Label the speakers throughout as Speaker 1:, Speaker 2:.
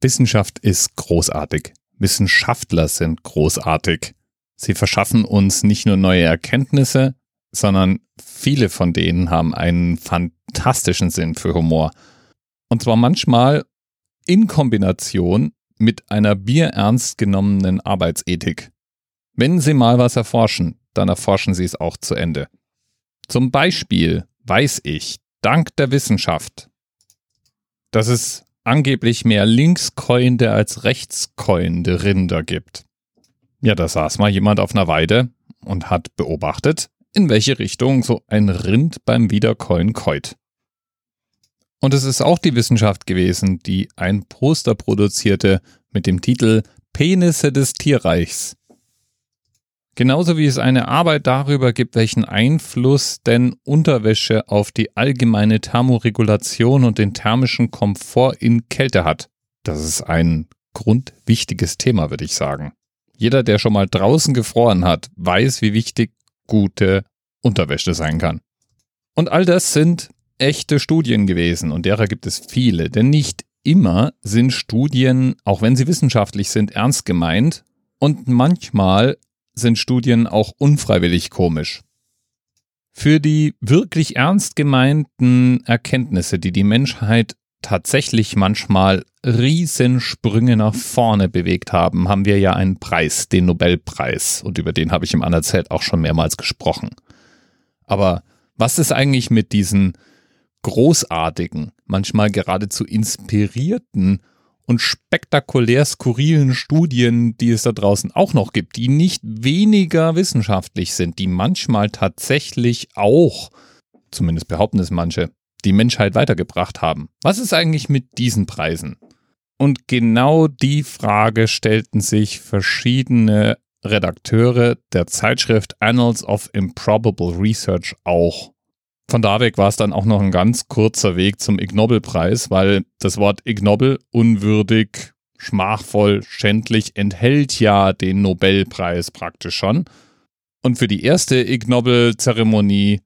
Speaker 1: Wissenschaft ist großartig. Wissenschaftler sind großartig. Sie verschaffen uns nicht nur neue Erkenntnisse, sondern viele von denen haben einen fantastischen Sinn für Humor. Und zwar manchmal in Kombination mit einer bierernst genommenen Arbeitsethik. Wenn Sie mal was erforschen, dann erforschen Sie es auch zu Ende. Zum Beispiel weiß ich, dank der Wissenschaft, dass es angeblich mehr linkskeuende als rechtskeuende Rinder gibt. Ja, da saß mal jemand auf einer Weide und hat beobachtet, in welche Richtung so ein Rind beim Wiederkäuen keut. Und es ist auch die Wissenschaft gewesen, die ein Poster produzierte mit dem Titel Penisse des Tierreichs. Genauso wie es eine Arbeit darüber gibt, welchen Einfluss denn Unterwäsche auf die allgemeine Thermoregulation und den thermischen Komfort in Kälte hat. Das ist ein grundwichtiges Thema, würde ich sagen. Jeder, der schon mal draußen gefroren hat, weiß, wie wichtig gute Unterwäsche sein kann. Und all das sind echte Studien gewesen und derer gibt es viele, denn nicht immer sind Studien, auch wenn sie wissenschaftlich sind, ernst gemeint und manchmal sind Studien auch unfreiwillig komisch. Für die wirklich ernst gemeinten Erkenntnisse, die die Menschheit tatsächlich manchmal Riesensprünge nach vorne bewegt haben, haben wir ja einen Preis, den Nobelpreis, und über den habe ich im Anerzelt auch schon mehrmals gesprochen. Aber was ist eigentlich mit diesen großartigen, manchmal geradezu inspirierten und spektakulär skurrilen Studien, die es da draußen auch noch gibt, die nicht weniger wissenschaftlich sind, die manchmal tatsächlich auch, zumindest behaupten es manche, die Menschheit weitergebracht haben. Was ist eigentlich mit diesen Preisen? Und genau die Frage stellten sich verschiedene Redakteure der Zeitschrift Annals of Improbable Research auch. Von da weg war es dann auch noch ein ganz kurzer Weg zum Ignobel-Preis, weil das Wort Ignobel unwürdig, schmachvoll, schändlich enthält ja den Nobelpreis praktisch schon. Und für die erste Ignobel-Zeremonie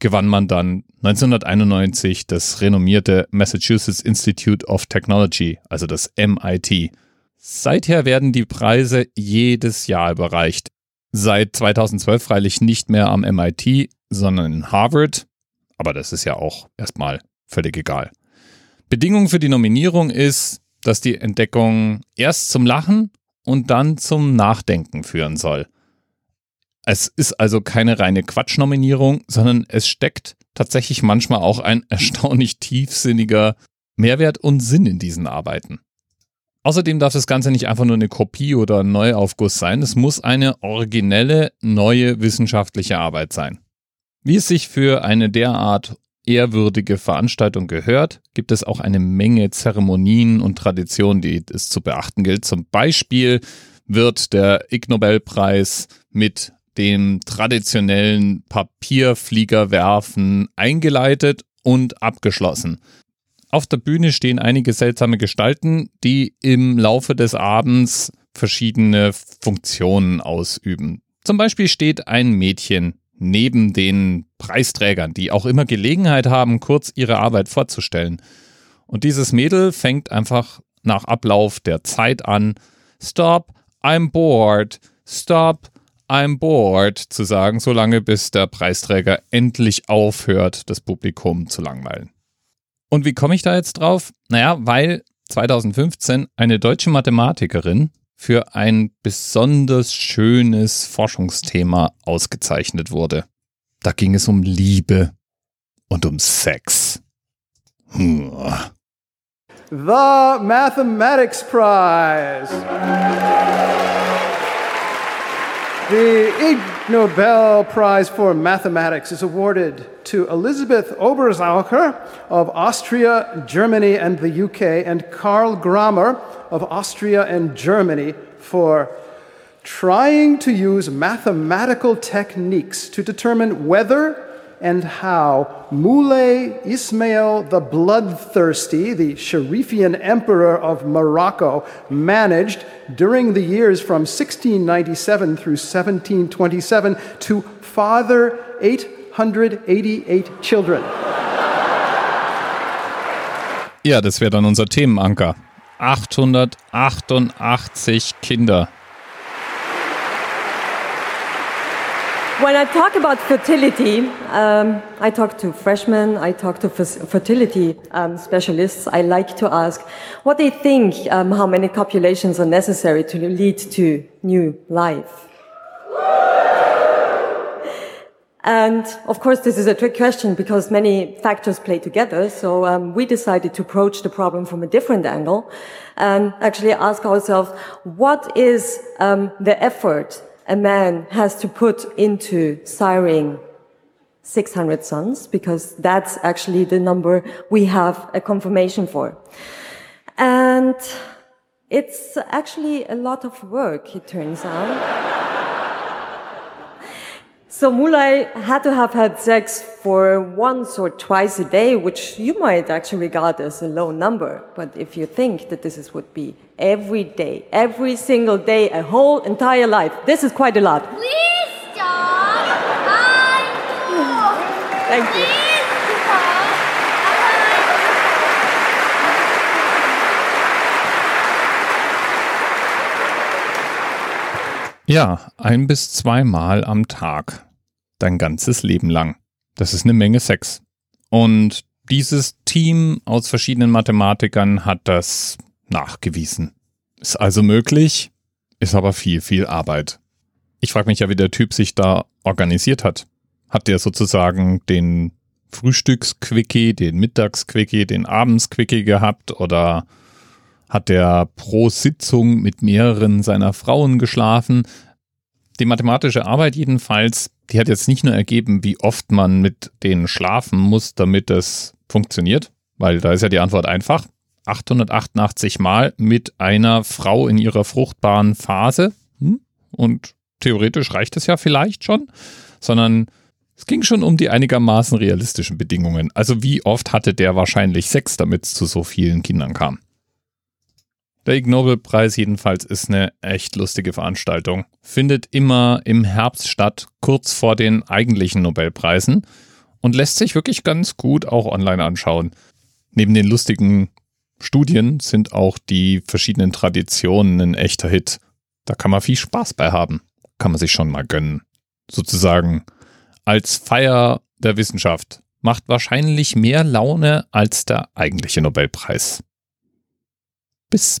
Speaker 1: gewann man dann 1991 das renommierte Massachusetts Institute of Technology, also das MIT. Seither werden die Preise jedes Jahr überreicht. Seit 2012 freilich nicht mehr am MIT, sondern in Harvard. Aber das ist ja auch erstmal völlig egal. Bedingung für die Nominierung ist, dass die Entdeckung erst zum Lachen und dann zum Nachdenken führen soll. Es ist also keine reine Quatschnominierung, sondern es steckt tatsächlich manchmal auch ein erstaunlich tiefsinniger Mehrwert und Sinn in diesen Arbeiten. Außerdem darf das Ganze nicht einfach nur eine Kopie oder ein Neuaufguss sein, es muss eine originelle, neue wissenschaftliche Arbeit sein. Wie es sich für eine derart ehrwürdige Veranstaltung gehört, gibt es auch eine Menge Zeremonien und Traditionen, die es zu beachten gilt. Zum Beispiel wird der Ig Nobelpreis mit dem traditionellen Papierfliegerwerfen eingeleitet und abgeschlossen. Auf der Bühne stehen einige seltsame Gestalten, die im Laufe des Abends verschiedene Funktionen ausüben. Zum Beispiel steht ein Mädchen neben den Preisträgern, die auch immer Gelegenheit haben, kurz ihre Arbeit vorzustellen. Und dieses Mädel fängt einfach nach Ablauf der Zeit an, Stop, I'm bored, stop, I'm bored zu sagen, solange bis der Preisträger endlich aufhört, das Publikum zu langweilen. Und wie komme ich da jetzt drauf? Naja, weil 2015 eine deutsche Mathematikerin, für ein besonders schönes Forschungsthema ausgezeichnet wurde. Da ging es um Liebe und um Sex. Hm.
Speaker 2: The Mathematics Prize. The Ig Nobel Prize for Mathematics is awarded to Elisabeth Obersaucher of Austria, Germany, and the UK, and Karl Grammer of Austria and Germany for trying to use mathematical techniques to determine whether and how Moulay Ismail the Bloodthirsty, the Sharifian emperor of Morocco, managed during the years from 1697 through 1727 to father 888 children.
Speaker 1: Ja, das wäre dann unser Themenanker. 888 Kinder.
Speaker 3: When I talk about fertility, um, I talk to freshmen, I talk to fer- fertility um, specialists. I like to ask what they think um, how many copulations are necessary to lead to new life. And of course, this is a trick question because many factors play together. So um, we decided to approach the problem from a different angle and actually ask ourselves, what is um, the effort a man has to put into siring 600 sons? Because that's actually the number we have a confirmation for. And it's actually a lot of work, it turns out. So Mulai had to have had sex for once or twice a day, which you might actually regard as a low number. But if you think that this is, would be every day, every single day, a whole entire life, this is quite a lot.
Speaker 4: Please stop. I know.
Speaker 3: Thank you.
Speaker 4: Please stop.
Speaker 1: Ja, ein bis zweimal am Tag. Dein ganzes Leben lang. Das ist eine Menge Sex. Und dieses Team aus verschiedenen Mathematikern hat das nachgewiesen. Ist also möglich, ist aber viel, viel Arbeit. Ich frage mich ja, wie der Typ sich da organisiert hat. Hat der sozusagen den Frühstücksquickie, den Mittagsquickie, den Abendsquickie gehabt oder hat er pro Sitzung mit mehreren seiner Frauen geschlafen. Die mathematische Arbeit jedenfalls, die hat jetzt nicht nur ergeben, wie oft man mit denen schlafen muss, damit das funktioniert, weil da ist ja die Antwort einfach. 888 Mal mit einer Frau in ihrer fruchtbaren Phase. Hm? Und theoretisch reicht es ja vielleicht schon, sondern es ging schon um die einigermaßen realistischen Bedingungen. Also wie oft hatte der wahrscheinlich Sex, damit es zu so vielen Kindern kam. Der Ig Nobel-Preis jedenfalls ist eine echt lustige Veranstaltung. Findet immer im Herbst statt, kurz vor den eigentlichen Nobelpreisen und lässt sich wirklich ganz gut auch online anschauen. Neben den lustigen Studien sind auch die verschiedenen Traditionen ein echter Hit. Da kann man viel Spaß bei haben. Kann man sich schon mal gönnen. Sozusagen als Feier der Wissenschaft. Macht wahrscheinlich mehr Laune als der eigentliche Nobelpreis. Bis